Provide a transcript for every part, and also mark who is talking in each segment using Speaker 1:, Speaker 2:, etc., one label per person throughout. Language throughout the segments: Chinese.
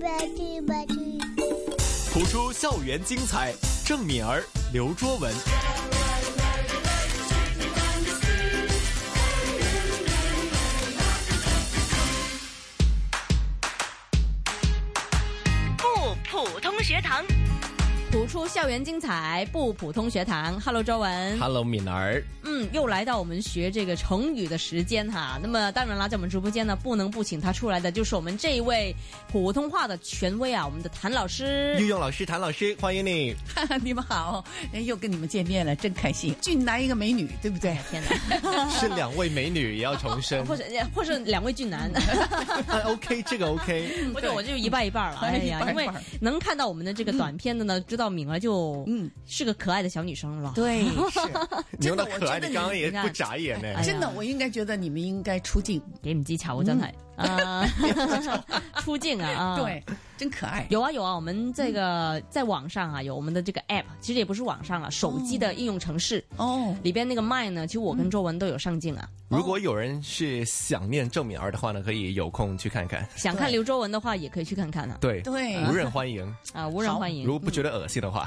Speaker 1: 吧去吧去。
Speaker 2: 谱出校园精彩，郑敏儿、刘卓文。
Speaker 3: 不普通学堂。
Speaker 4: 谱出校园精彩，不普通学堂。Hello，周文。
Speaker 5: Hello，敏儿，
Speaker 4: 嗯，又来到我们学这个成语的时间哈。那么当然啦，在我们直播间呢，不能不请他出来的就是我们这一位普通话的权威啊，我们的谭老
Speaker 5: 御
Speaker 4: 师。
Speaker 5: 用老师谭老师，欢迎你。
Speaker 6: 你们好，哎又跟你们见面了，真开心。俊男一个美女，对不对？
Speaker 4: 天哪，
Speaker 5: 是两位美女也要重申，
Speaker 4: 或者或者两位俊男，
Speaker 6: 嗯
Speaker 5: 啊 OK，这个 OK，
Speaker 4: 或者我就一半一半了。哎呀，
Speaker 6: 一
Speaker 4: 因
Speaker 6: 半一
Speaker 4: 为
Speaker 6: 半
Speaker 4: 能看到我们的这个短片的呢，知道敏儿就
Speaker 6: 嗯
Speaker 4: 是个可爱的小女生了。
Speaker 6: 对，是
Speaker 5: 牛
Speaker 6: 真
Speaker 5: 到
Speaker 6: 的，我
Speaker 5: 可爱，
Speaker 6: 觉得
Speaker 5: 你
Speaker 6: 你
Speaker 5: 刚刚也
Speaker 4: 你看
Speaker 5: 不眨眼呢
Speaker 4: 哎。呀
Speaker 6: 真的，我应该觉得你们应该出镜，
Speaker 4: 给你们技巧，我真的啊， 出镜啊啊，
Speaker 6: 嗯对，真可爱。
Speaker 4: 有啊有啊，我们这个在网上啊有我们的这个 app，其实也不是网上了，手机的应用程式、
Speaker 6: 哦，
Speaker 4: 里边那个 My 呢，其实我跟周文都有上镜啊。
Speaker 5: 如果有人是想念郑敏儿的话呢，可以有空去看看。
Speaker 4: 想看
Speaker 6: 对
Speaker 4: 刘周文的话，也可以去看看啊。
Speaker 5: 对
Speaker 6: 对
Speaker 5: 无人欢迎。
Speaker 4: 啊，无人欢
Speaker 5: 如
Speaker 4: 迎。
Speaker 5: 果不觉得恶心的话，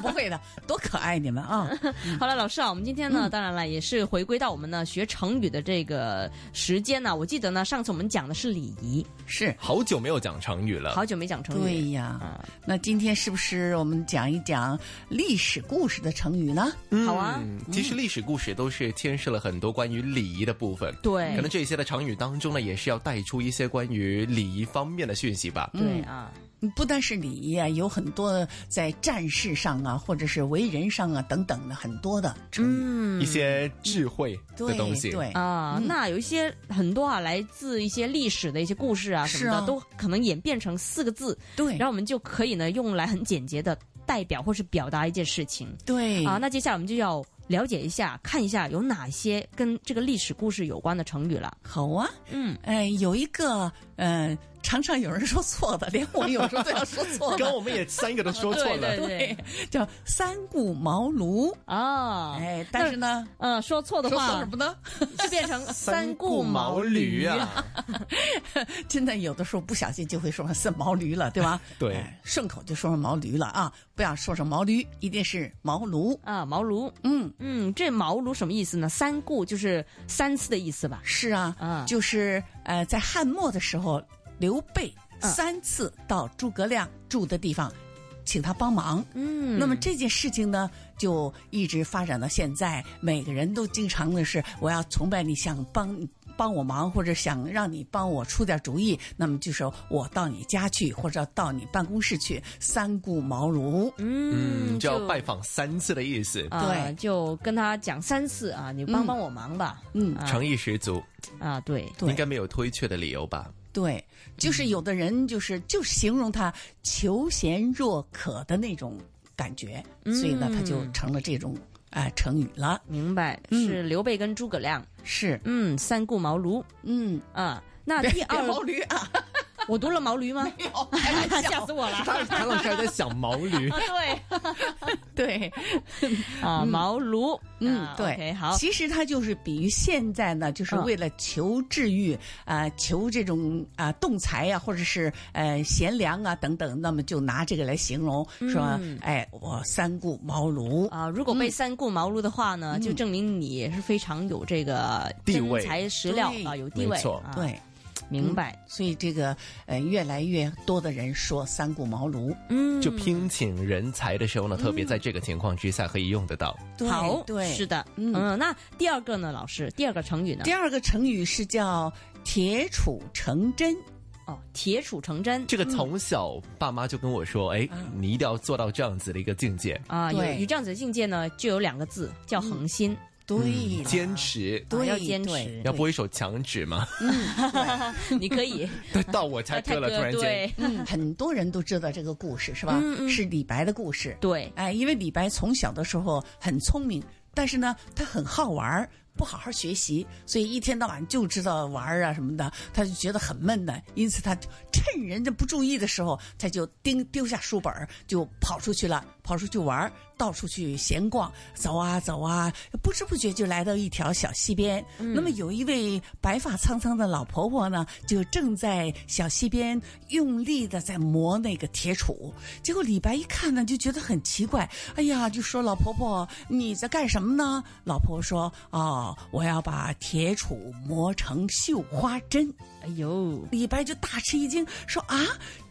Speaker 6: 不会的，多可爱你们啊！
Speaker 4: 好了，老师啊，我们今天呢，当然了，也是回归到我们呢学成语的这个时间呢、我记得呢，上次我们讲的是礼仪，
Speaker 6: 是，
Speaker 5: 好久没有讲成语了
Speaker 4: 好。久没讲成语。
Speaker 6: 对呀。那今天是不是我们讲一讲历史故事的成语呢？
Speaker 5: 嗯
Speaker 4: 好啊，
Speaker 5: 其实历史故事都是牵涉了很多关于礼仪的部分。
Speaker 4: 对
Speaker 5: 可能这些的成语当中呢，也是要带出一些关于礼仪方面的讯息吧。
Speaker 4: 对啊，
Speaker 6: 不单是礼仪啊，有很多在战事上啊，或者是为人上啊等等的很多的成语。
Speaker 4: 嗯
Speaker 5: 一些智慧的
Speaker 6: 对
Speaker 5: 东西。
Speaker 6: 对
Speaker 4: 啊，那有一些很多啊，来自一些历史的一些故事啊什么
Speaker 6: 是
Speaker 4: 的，
Speaker 6: 啊
Speaker 4: 都可能演变成四个字，
Speaker 6: 对，
Speaker 4: 然后我们就可以呢用来很简洁的代表或是表达一件事情
Speaker 6: 对
Speaker 4: 啊。那接下来我们就要了解一下，看一下有哪些跟这个历史故事有关的成语了。
Speaker 6: 好啊，
Speaker 4: 嗯，
Speaker 6: 哎，有一个，呃，常常有人说错的，连我有时候都要说错
Speaker 5: 刚刚
Speaker 6: 的，
Speaker 5: 我们也三个都说错了，
Speaker 4: 对
Speaker 6: 叫三顾茅庐。
Speaker 4: 啊，
Speaker 6: 哎，但是呢，
Speaker 4: 呃，说错的
Speaker 6: 说错
Speaker 4: 话
Speaker 6: 什么呢？
Speaker 4: 就变 成三顾
Speaker 5: 顾
Speaker 4: 茅
Speaker 5: 毛
Speaker 4: 驴
Speaker 5: 驴！啊！？
Speaker 6: 真的有的时候不小心就会说上毛驴了，对吧
Speaker 5: 对
Speaker 6: 哎顺口就说上毛驴了啊！不要说上毛驴，一定是茅庐。
Speaker 4: 啊，茅庐，
Speaker 6: 嗯，
Speaker 4: 嗯，这茅庐什么意思呢？三顾就是三次的意思吧？
Speaker 6: 是啊，
Speaker 4: 啊
Speaker 6: 就是呃，在汉末的时候，刘备
Speaker 4: 嗯
Speaker 6: 三次到诸葛亮住的地方，请他帮忙。
Speaker 4: 嗯
Speaker 6: 那么这件事情呢，就一直发展到现在，每个人都经常的是我要崇拜你，想帮帮我忙，或者想让你帮我出点主意，那么就说我到你家去，或者到你办公室去，三顾茅庐。
Speaker 4: 嗯
Speaker 5: 嗯，就要拜访三次的意思，
Speaker 4: 啊
Speaker 6: 对
Speaker 4: 就跟他讲三次啊，你帮
Speaker 6: 嗯
Speaker 4: 帮我忙吧。
Speaker 6: 嗯
Speaker 4: 啊
Speaker 5: 诚意十足，
Speaker 4: 啊，对，
Speaker 5: 应
Speaker 6: 对
Speaker 5: 该没有推却的理由吧？
Speaker 6: 对，
Speaker 4: 嗯
Speaker 6: 就是有的人就是就是形容他求贤若渴的那种感觉，
Speaker 4: 嗯
Speaker 6: 所以呢，他就成了这种啊、呃成语了。
Speaker 4: 明白，
Speaker 6: 嗯
Speaker 4: 是刘备跟诸葛亮，
Speaker 6: 是，
Speaker 4: 嗯，三顾茅庐
Speaker 6: 嗯，
Speaker 4: 啊。那第
Speaker 6: 别
Speaker 4: 二，
Speaker 6: 毛驴啊，
Speaker 4: 我读了毛驴吗？
Speaker 6: 没有开玩笑
Speaker 4: 吓死我了！啊，，
Speaker 5: 他谭老师还在想嗯毛 驴
Speaker 4: 对
Speaker 6: 对。
Speaker 4: 啊，茅庐，
Speaker 6: 嗯
Speaker 4: 啊，
Speaker 6: 对
Speaker 4: OK，好，
Speaker 6: 其实它就是比喻现在呢，就是
Speaker 4: 嗯
Speaker 6: 为了求治愈啊、呃求这种啊、呃动财呀、或者是呃贤良啊等等，那么就拿这个来形容说，
Speaker 4: 嗯
Speaker 6: 哎，我三顾茅庐。
Speaker 4: 啊，如果被三顾茅庐的话呢，就证明你也是非常有这个
Speaker 5: 地
Speaker 4: 真
Speaker 5: 位
Speaker 4: 材实料
Speaker 6: 对
Speaker 4: 啊，有地
Speaker 5: 没
Speaker 4: 位
Speaker 5: 错，
Speaker 4: 啊，
Speaker 6: 对，
Speaker 4: 明白，
Speaker 6: 所以这个呃，越来越多的人说三顾茅庐。
Speaker 4: 嗯，
Speaker 5: 就聘请人才的时候呢，特别在这个情况之下可以用得到。
Speaker 6: 对
Speaker 4: 好，
Speaker 6: 对，
Speaker 4: 是的，
Speaker 6: 嗯
Speaker 4: 嗯，那第二个呢，老师，第二个成语呢
Speaker 6: 第？二个成语是叫铁杵成针。
Speaker 4: 哦，铁杵成针
Speaker 5: 这个从小爸妈就跟我说，哎，你一定要做到这样子的一个境界，
Speaker 4: 啊，有
Speaker 6: 对
Speaker 4: 有这样子的境界呢，就有两个字叫恒心，
Speaker 6: 对了，
Speaker 5: 坚持，
Speaker 6: 对，
Speaker 4: 嗯啊要坚
Speaker 6: 对
Speaker 4: 持
Speaker 5: 要拨一首墙纸嘛，
Speaker 4: 你可以。
Speaker 5: 到我 才割了，突然间，
Speaker 4: 对
Speaker 6: 嗯，很多人都知道这个故事是吧？
Speaker 4: 嗯嗯
Speaker 6: 是李白的故事。
Speaker 4: 对，
Speaker 6: 哎，因为李白从小的时候很聪明，但是呢，他很好玩儿不好好学习，所以一天到晚就知道玩儿啊什么的，他就觉得很闷的。因此，他就趁人家不注意的时候，他就丢丢下书本儿就跑出去了，跑出去玩儿，到处去闲逛，走啊走啊，不知不觉就来到一条小溪边。那么有一位白发苍苍的老婆婆呢，就正在小溪边用力的在磨那个铁杵。结果李白一看呢，就觉得很奇怪，哎呀，就说老婆婆你在干什么呢？老婆婆说哦，我要把铁杵磨成绣花针。
Speaker 4: 哎呦，
Speaker 6: 李白就大吃一惊，说啊，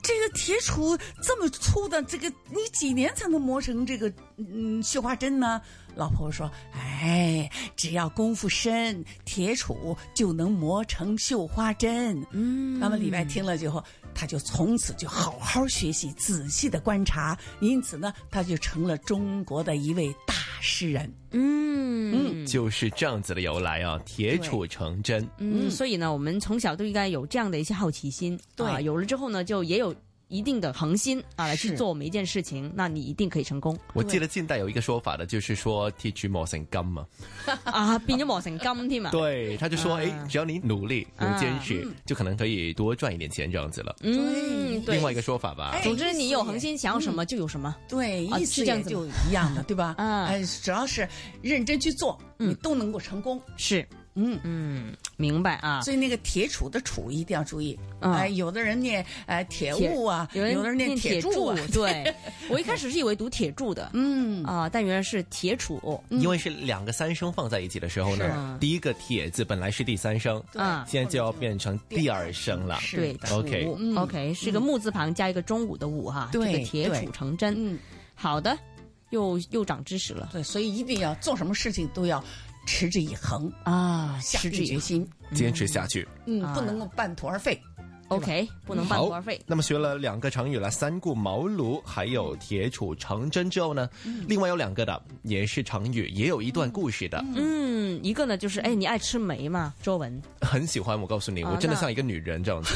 Speaker 6: 这个铁杵这么粗的，这个你几年才能磨成这个嗯绣花针呢？老婆婆说，哎，只要功夫深，铁杵就能磨成绣花针。
Speaker 4: 嗯
Speaker 6: 那么李白听了之后，他就从此就好好学习，仔细的观察，因此呢，他就成了中国的一位大诗人。
Speaker 4: 嗯
Speaker 5: 就是这样子的由来啊，铁杵成针。
Speaker 4: 嗯，所以呢，我们从小都应该有这样的一些好奇心，
Speaker 6: 对
Speaker 4: 啊，有了之后呢，就也有一定的恒心啊，来去
Speaker 6: 是
Speaker 4: 做每一件事情，那你一定可以成功
Speaker 5: 我记得近代有一个说法的，就是说铁杵磨成金嘛。
Speaker 4: 啊，变咗磨成金添啊！
Speaker 5: 对，他就说，哎、只要你努力、
Speaker 4: 啊
Speaker 5: 能坚持，就可能可以多赚一点钱这样子了。
Speaker 4: 嗯，对
Speaker 5: 另。外一个说法吧，
Speaker 6: 哎
Speaker 4: 总之，你有恒心，想要什么就有什么。
Speaker 6: 对，
Speaker 4: 啊
Speaker 6: 意思
Speaker 4: 是这样
Speaker 6: 也
Speaker 4: 子
Speaker 6: 就一样的， 对吧？
Speaker 4: 嗯
Speaker 6: 哎，只要是认真去做，你都能够成功。
Speaker 4: 是，
Speaker 6: 嗯
Speaker 4: 嗯，明白啊。
Speaker 6: 所以那个铁杵的杵一定要注意。
Speaker 4: 嗯
Speaker 6: 哎，有的人念哎铁物啊，
Speaker 4: 有人
Speaker 6: 人
Speaker 4: 念
Speaker 6: 铁
Speaker 4: 柱
Speaker 6: 啊。
Speaker 4: 对我一开始是以为读铁柱的，
Speaker 6: 嗯，
Speaker 4: 啊，但原来是铁杵。
Speaker 5: 因为是两个三声放在一起的时候
Speaker 6: 是
Speaker 5: 呢
Speaker 4: 啊，
Speaker 5: 第一个铁字本来是第三声，
Speaker 4: 啊
Speaker 5: 现在就要变成第二声了。
Speaker 6: 是
Speaker 4: 对
Speaker 6: 的
Speaker 5: 是 OK
Speaker 4: 杵
Speaker 6: 嗯
Speaker 4: OK，是个木字旁加一个中午的午哈，这
Speaker 6: 对
Speaker 4: 个铁杵
Speaker 6: 对
Speaker 4: 成针。
Speaker 6: 嗯，
Speaker 4: 好的，又又长知识了
Speaker 6: 对，所以一定要做什么事情都要持之以恒，
Speaker 4: 啊，
Speaker 6: 下
Speaker 4: 持之
Speaker 6: 定
Speaker 4: 以
Speaker 6: 决
Speaker 4: 恒。
Speaker 6: 心。
Speaker 5: 坚持下去。
Speaker 6: 嗯
Speaker 4: 啊，
Speaker 6: 不能够半途而废。
Speaker 4: OK，不能半途而废。
Speaker 5: 那么学了两个成语了，三顾茅庐，还有铁杵成针之后呢，
Speaker 4: 嗯
Speaker 5: 另外有两个的也是成语，也有一段故事的，
Speaker 4: 嗯，一个呢就是哎，你爱吃梅吗？周文。
Speaker 5: 很喜欢。我告诉你，
Speaker 4: 啊
Speaker 5: 我真的
Speaker 4: 那
Speaker 5: 像一个女人这样子，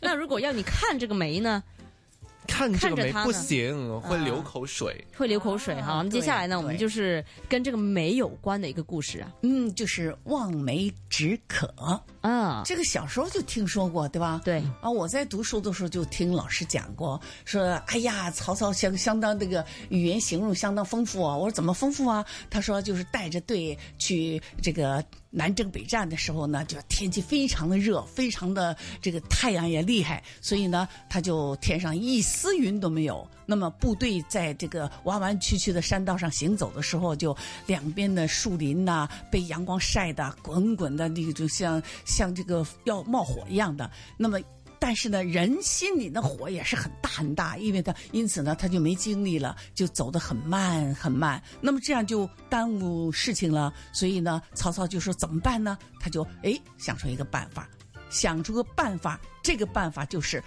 Speaker 4: 那如果要你看这个梅呢，
Speaker 5: 看这个
Speaker 4: 看着
Speaker 5: 没
Speaker 4: 她呢
Speaker 5: 不行，会流口水。
Speaker 4: 会流口水哈。
Speaker 6: 啊
Speaker 4: 那接下来呢，
Speaker 6: 对
Speaker 4: 我们
Speaker 6: 对
Speaker 4: 就是跟这个梅有关的一个故事啊。
Speaker 6: 嗯，就是望梅止渴，
Speaker 4: 啊，
Speaker 6: 这个小时候就听说过，对吧？。
Speaker 4: 嗯对，
Speaker 6: 啊，我在读书的时候就听老师讲过，说，哎呀，曹操相相当这个语言形容相当丰富啊。我说怎么丰富啊？他说就是带着队去这个南征北战的时候呢，就天气非常的热，非常的这个太阳也厉害，所以呢，他就天上一丝云都没有。那么部队在这个弯弯曲曲的山道上行走的时候，就两边的树林呐、被阳光晒得滚滚的，那个就像像这个要冒火一样的。那么但是呢，人心里的火也是很大很大，因为他因此呢，他就没精力了，就走得很慢很慢。那么这样就耽误事情了，所以呢，曹操就说怎么办呢？他就哎想出一个办法，想出个办法，这个办法就是。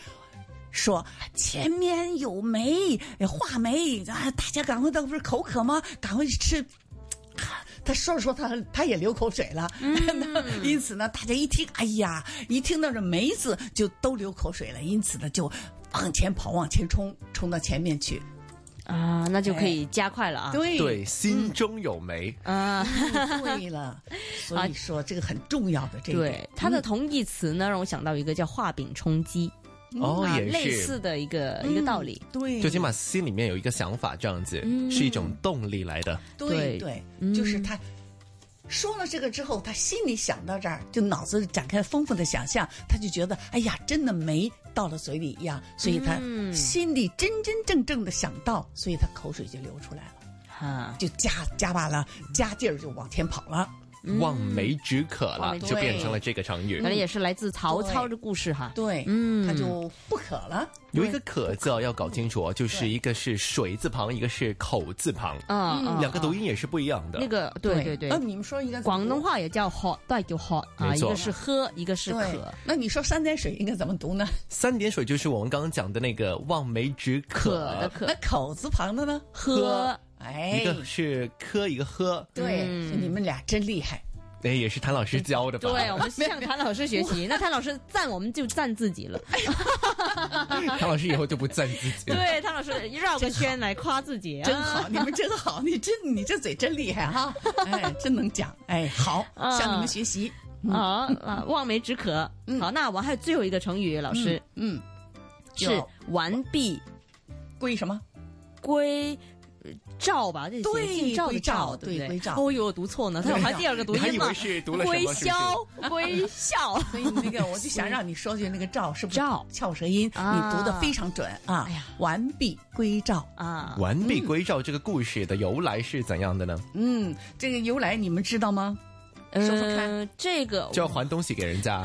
Speaker 6: 说前面有哎梅，画梅啊！大家赶快到，不是口渴吗？赶快去吃他说着说他他也流口水了，
Speaker 4: 嗯
Speaker 6: 那因此呢，大家一听，哎呀，一听到这梅字就都流口水了，因此呢，就往前跑，往前冲，冲到前面去。
Speaker 4: 啊，那就可以加快了啊。
Speaker 6: 对
Speaker 5: 对，心中有梅。
Speaker 4: 啊，
Speaker 6: 对了，所以说这个很重要的这一点。
Speaker 4: 对，它的同义词呢，让我想到一个叫画饼充饥，
Speaker 5: 哦，
Speaker 4: 啊，
Speaker 5: 也
Speaker 4: 类
Speaker 5: 是
Speaker 4: 似。的一个
Speaker 6: 嗯
Speaker 4: 一个道理。
Speaker 6: 对，
Speaker 5: 最起码心里面有一个想法，这样子、
Speaker 4: 嗯
Speaker 5: 是一种动力来的。
Speaker 6: 对
Speaker 4: 对
Speaker 6: 对，
Speaker 4: 嗯
Speaker 6: 就是他说了这个之后，他心里想到这儿，就脑子里展开丰富的想象，他就觉得哎呀，真的梅到了嘴里一样，所以他
Speaker 4: 嗯
Speaker 6: 心里真真正正的想到，所以他口水就流出来了。
Speaker 4: 哈，
Speaker 6: 就加加把了，加劲儿就往前跑了。
Speaker 5: 望梅止渴
Speaker 4: 嗯望
Speaker 5: 了
Speaker 4: 梅，止嗯
Speaker 5: 就
Speaker 6: 渴
Speaker 5: 变成了这个成语
Speaker 4: 可。能也是来自曹操的故事哈。
Speaker 6: 对，
Speaker 4: 嗯
Speaker 6: 他就不渴了。
Speaker 5: 有一个“渴”字啊，要搞清楚哦，就是一个是水字旁，一个是口字旁，
Speaker 4: 嗯，嗯
Speaker 5: 两个读
Speaker 4: 嗯
Speaker 5: 音也是不一样的。
Speaker 4: 那个对对
Speaker 6: 那
Speaker 4: 对，
Speaker 6: 啊你们说应该怎么
Speaker 4: 广东
Speaker 6: 读
Speaker 4: 话也叫 hot，对，就 hot 啊，
Speaker 5: 没
Speaker 4: 一
Speaker 5: 错
Speaker 4: 个是喝，一个是
Speaker 6: 对
Speaker 4: 渴。，
Speaker 6: 那你说三点水应该怎么读呢？
Speaker 5: 三点水就是我们刚刚讲的那个望梅止
Speaker 4: 渴
Speaker 5: 渴
Speaker 4: 的渴
Speaker 6: 那，口字旁的呢？
Speaker 4: 喝，
Speaker 6: 哎
Speaker 5: 一，个是科，一个喝，
Speaker 6: 对，
Speaker 4: 嗯
Speaker 6: 所以你们俩真厉害。
Speaker 5: 那也是谭老师教 的吧？
Speaker 4: 对，我们向谭老师学习。那谭老师赞我们就赞自己了，
Speaker 5: 唐老师以后就不赞自己了。
Speaker 4: 对，唐老师绕个圈来夸自己，啊
Speaker 6: 真好，你们真好，你真你这嘴真厉害 哈、哎，真能讲，哎，好，向你们学习。
Speaker 4: 啊啊！望梅止渴。好，那我还有最后一个成语，老师
Speaker 6: 嗯，
Speaker 4: 是
Speaker 6: 有
Speaker 4: 完璧
Speaker 6: 归什么？
Speaker 4: 归呃赵吧？这
Speaker 6: 对
Speaker 4: 姓赵的
Speaker 6: 归赵
Speaker 4: 对不
Speaker 6: 对归赵
Speaker 4: 哦呦，我读错呢，他我还第二个读
Speaker 5: 你还
Speaker 4: 音啊
Speaker 5: 以
Speaker 4: 嘛
Speaker 5: 为，是读了什
Speaker 4: 归
Speaker 5: 么？是不是
Speaker 4: 肖 归笑。
Speaker 6: 所以那个，我就想让你说句那个“赵”是不是
Speaker 4: 赵
Speaker 6: 翘舌音？
Speaker 4: 啊
Speaker 6: 你读的非常准啊！
Speaker 4: 哎呀
Speaker 6: 完璧归赵。
Speaker 4: 啊，
Speaker 5: 完璧归赵这个故事的由来是怎样的呢？
Speaker 6: 嗯，这个由来你们知道吗？说说看
Speaker 4: 呃，这个
Speaker 5: 就要还东西给人 家，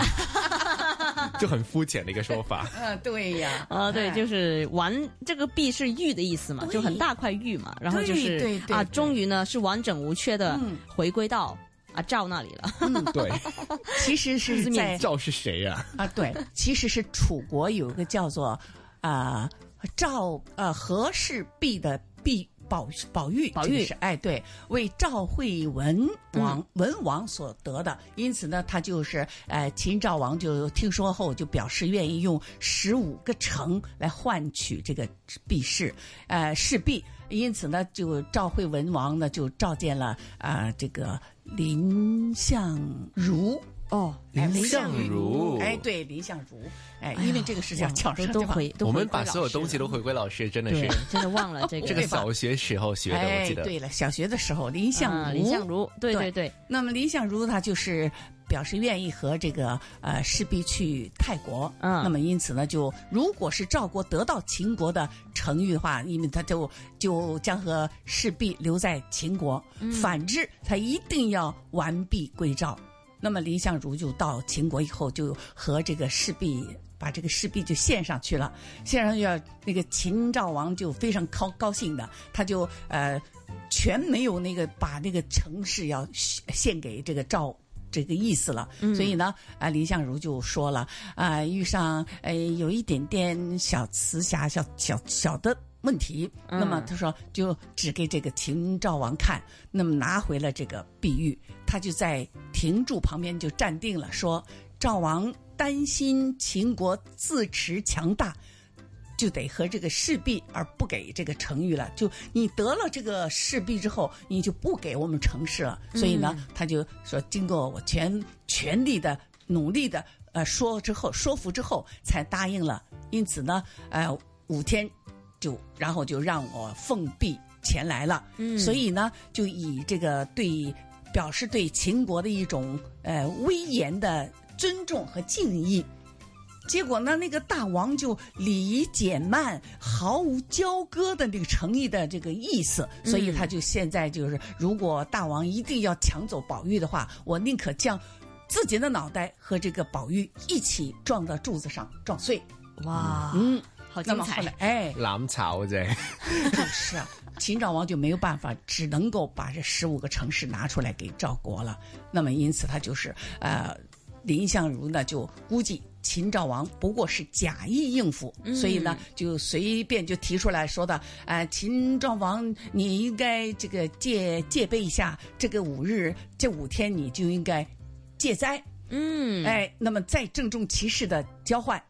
Speaker 5: 就很肤浅的一个说法。
Speaker 6: 啊，对呀，哎
Speaker 4: 啊，对， 就是是完这个璧是玉的意思嘛，
Speaker 6: 对
Speaker 4: 就很大块玉嘛，然后就是
Speaker 6: 对对对
Speaker 4: 啊，
Speaker 6: 对
Speaker 4: 终于呢是完整无缺的
Speaker 6: 嗯
Speaker 4: 回归到啊赵那里了。
Speaker 5: 对，
Speaker 6: 其实是在
Speaker 5: 赵是谁呀、
Speaker 6: 啊，对，其实是楚国有一个叫做啊、赵呃和氏璧的璧宝宝玉，
Speaker 4: 宝
Speaker 6: 这个
Speaker 4: 玉
Speaker 6: 是哎对，为赵惠文王、文王所得的，因此呢，他就是呃秦赵王就听说后就表示愿意用十五个城来换取这个璧氏，呃氏璧。因此呢，就赵惠文王呢就召见了啊、呃这个林相如，
Speaker 4: 哦，
Speaker 6: 哎
Speaker 5: 林
Speaker 6: 林相
Speaker 5: 相如
Speaker 6: 哎，对，林相如，哎，
Speaker 4: 哎呀
Speaker 6: 因为这个事情巧舌
Speaker 4: 都都回，都
Speaker 5: 我
Speaker 4: 回
Speaker 5: 们
Speaker 4: 归
Speaker 5: 把
Speaker 4: 老
Speaker 5: 所有
Speaker 4: 师
Speaker 5: 东
Speaker 4: 了
Speaker 5: 西都回归老师，真的
Speaker 4: 对
Speaker 5: 是，
Speaker 4: 真的忘了这 个啊
Speaker 5: 这个小学时候学的，我
Speaker 6: 哎
Speaker 5: 记，得。
Speaker 6: 对了，小学的时候林相如，
Speaker 4: 啊林相如，对对
Speaker 6: 对
Speaker 4: 对，
Speaker 6: 那么林相如她就是表示愿意和这个呃势必去泰国，
Speaker 4: 嗯
Speaker 6: 那么因此呢，就如果是赵国得到秦国的成玉的话，因为他就就将和势必留在秦国，反之他一定要完璧归赵。那么林相如就到秦国以后，就和这个势必。把这个势必就献上去了，献上去了，那个秦赵王就非常高高兴的，他就呃全没有那个把那个城市要献献给这个赵。这个意思了，所以呢，啊、林相如就说了，啊、遇上呃有一点点小慈霞、小小小的问题，
Speaker 4: 嗯
Speaker 6: 那么他说就只给这个秦昭王看，那么拿回了这个碧玉，他就在亭柱旁边就站定了，说赵王担心秦国自持强大，就得和这个势必而不给这个成语了。就你得了这个势必之后，你就不给我们城市了。所以呢，他就说，经过我全全力的努力的呃说之后，说服之后才答应了。因此呢，呃，五天就然后就让我奉璧前来了。
Speaker 4: 嗯
Speaker 6: 所以呢，就以这个对表示对秦国的一种呃威严的尊重和敬意。结果呢，那个大王就礼仪简慢、毫无交割的这个诚意的这个意思，
Speaker 4: 嗯
Speaker 6: 所以他就现在就是，如果大王一定要抢走宝玉的话，我宁可将自己的脑袋和这个宝玉一起撞到柱子上撞碎。
Speaker 4: 哇，
Speaker 6: 嗯，
Speaker 4: 好
Speaker 6: 那
Speaker 4: 精
Speaker 6: 么后
Speaker 4: 彩
Speaker 6: 来，哎，
Speaker 5: 蓝草啫，
Speaker 6: 是啊，秦昭王就没有办法，只能够把这十五个城市拿出来给赵国了。那么因此他就是呃，林相如呢就估计。秦昭王不过是假意应付，所以呢，就随便就提出来说的，呃，秦昭王，你应该这个戒戒备一下，这个五日这五天你就应该戒灾，
Speaker 4: 嗯
Speaker 6: 哎，那么再郑重其事的交换，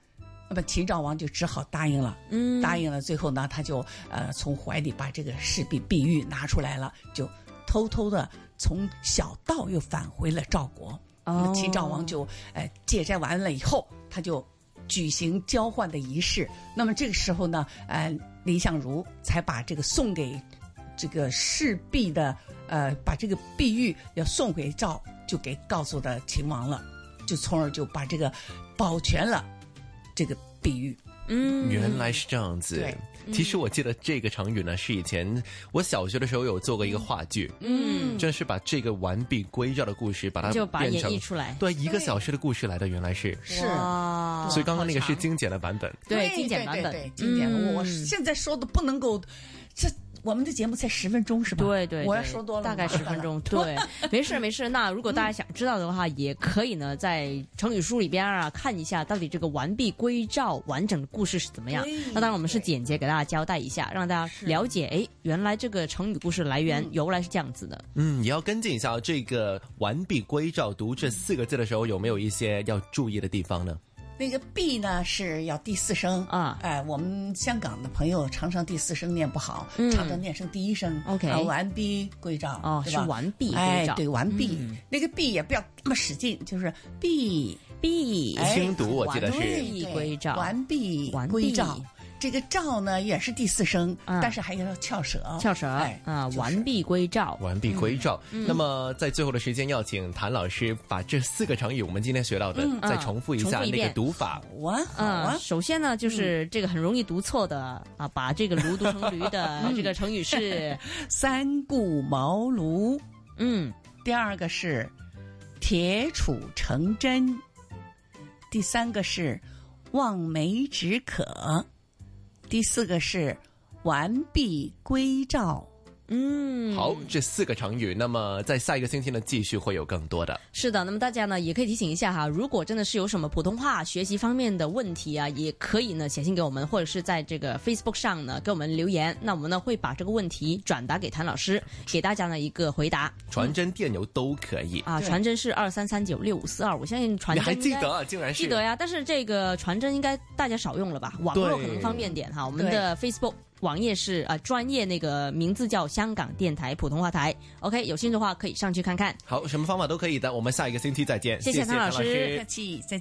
Speaker 6: 那么秦昭王就只好答应了。
Speaker 4: 嗯，
Speaker 6: 答应了，最后呢，他就呃从怀里把这个侍婢碧玉拿出来了，就偷偷的从小道又返回了赵国。那
Speaker 4: 哦
Speaker 6: 么秦昭王就呃借债完了以后，他就举行交换的仪式。那么这个时候呢，呃，李相如才把这个送给这个侍婢的呃，把这个碧玉要送给赵，就给告诉的秦王了，就从而就把这个保全了这个碧玉。
Speaker 4: 嗯，
Speaker 5: 原来是这样子
Speaker 6: 对。
Speaker 5: 其实我记得这个成语呢，是以前我小学的时候有做过一个话剧，
Speaker 4: 嗯
Speaker 5: 真是把这个完璧归赵的故事，把它
Speaker 4: 就把
Speaker 5: 变
Speaker 4: 演
Speaker 5: 成
Speaker 4: 绎出来，
Speaker 5: 对一个小时的故事来的，原来是。
Speaker 6: 是
Speaker 4: 哇
Speaker 5: 所以刚刚那个是
Speaker 4: 哦好长
Speaker 5: 精简的版本，
Speaker 4: 对
Speaker 6: 对
Speaker 4: 精简
Speaker 6: 对
Speaker 4: 版
Speaker 6: 对
Speaker 4: 本
Speaker 6: 对，精简。我我
Speaker 4: 嗯
Speaker 6: 现在说的不能够，这我们的节目才十分钟是吧？
Speaker 4: 对对，
Speaker 6: 我要
Speaker 4: 对
Speaker 6: 说多了吗，
Speaker 4: 大概十分钟。对，没事没事。那如果大家想知道的话，也可以呢，在成语书里边啊看一下，到底这个“完璧归赵”完整的故事是怎么样
Speaker 6: 对。
Speaker 4: 那当然，我们是
Speaker 6: 对
Speaker 4: 简洁给大家交代一下，让大家了解，哎，原来这个成语故事来
Speaker 6: 嗯
Speaker 4: 源由来是这样子的。
Speaker 5: 嗯，也要跟进一下这个“完璧归赵”读这四个字的时候，有没有一些要注意的地方呢？
Speaker 6: 那个 b 呢是要第四声
Speaker 4: 啊
Speaker 6: 哎，我们香港的朋友常常第四声念不好，
Speaker 4: 嗯
Speaker 6: 常常念成第一声。
Speaker 4: OK
Speaker 6: 啊完毕归赵，
Speaker 4: 哦
Speaker 6: 对吧
Speaker 4: 是完毕归
Speaker 6: 哎
Speaker 4: 赵，嗯
Speaker 6: 对，完毕。那个 b 也不要那么使劲，就是 b
Speaker 4: 毕
Speaker 6: 哎
Speaker 5: 轻读我记得
Speaker 4: 嗯完
Speaker 5: 是
Speaker 4: 毕归赵
Speaker 6: 完毕
Speaker 4: 完毕
Speaker 6: 归赵。这个赵呢也是第四声，
Speaker 4: 啊
Speaker 6: 但是还要翘舌。
Speaker 4: 翘舌
Speaker 6: 哎
Speaker 4: 啊，
Speaker 6: 就是
Speaker 4: 完璧归赵。
Speaker 5: 完璧归赵。
Speaker 4: 嗯
Speaker 5: 那么在最后的时间，要请谭老师把这四个成语我们今天学到的
Speaker 4: 嗯
Speaker 5: 再重复一下
Speaker 4: 重复一
Speaker 5: 那
Speaker 4: 遍
Speaker 5: 个读法。
Speaker 6: 好啊，好
Speaker 4: 啊、
Speaker 6: 啊。
Speaker 4: 首先呢，
Speaker 5: 嗯
Speaker 4: 就是这个很容易读错的、啊，把这个“驴读成“驴”
Speaker 5: 嗯
Speaker 4: 的这个成语是，
Speaker 6: 三顾茅庐，
Speaker 4: 嗯，
Speaker 6: 第二个是铁杵成针，第三个是望梅止渴，第四个是完璧归赵。
Speaker 4: 嗯，
Speaker 5: 好，这四个成语，那么在下一个星期呢，继续会有更多的。
Speaker 4: 是的，那么大家呢也可以提醒一下哈，如果真的是有什么普通话学习方面的问题啊，也可以呢写信给我们，或者是在这个 Facebook 上呢给我们留言，那我们呢会把这个问题转达给谭老师，给大家呢一个回答
Speaker 5: 传真、电邮都可以。
Speaker 4: 啊。
Speaker 6: 对
Speaker 4: 传真是二三三九六五四二，我相信传
Speaker 5: 你
Speaker 4: 真
Speaker 5: 还
Speaker 4: 应
Speaker 5: 记
Speaker 4: 该
Speaker 5: 得啊？竟然是
Speaker 4: 记得呀，但是这个传真应该大家少用了吧？网络
Speaker 5: 对
Speaker 4: 可能方便点哈。我们的 Facebook 网页是啊、呃专业那个名字叫香港电台普通话台。OK，有兴趣的话可以上去看看。
Speaker 5: 好，什么方法都可以的。我们下一个星期再见。
Speaker 4: 谢谢
Speaker 5: 谢
Speaker 4: 谭老师
Speaker 6: 客气，再见。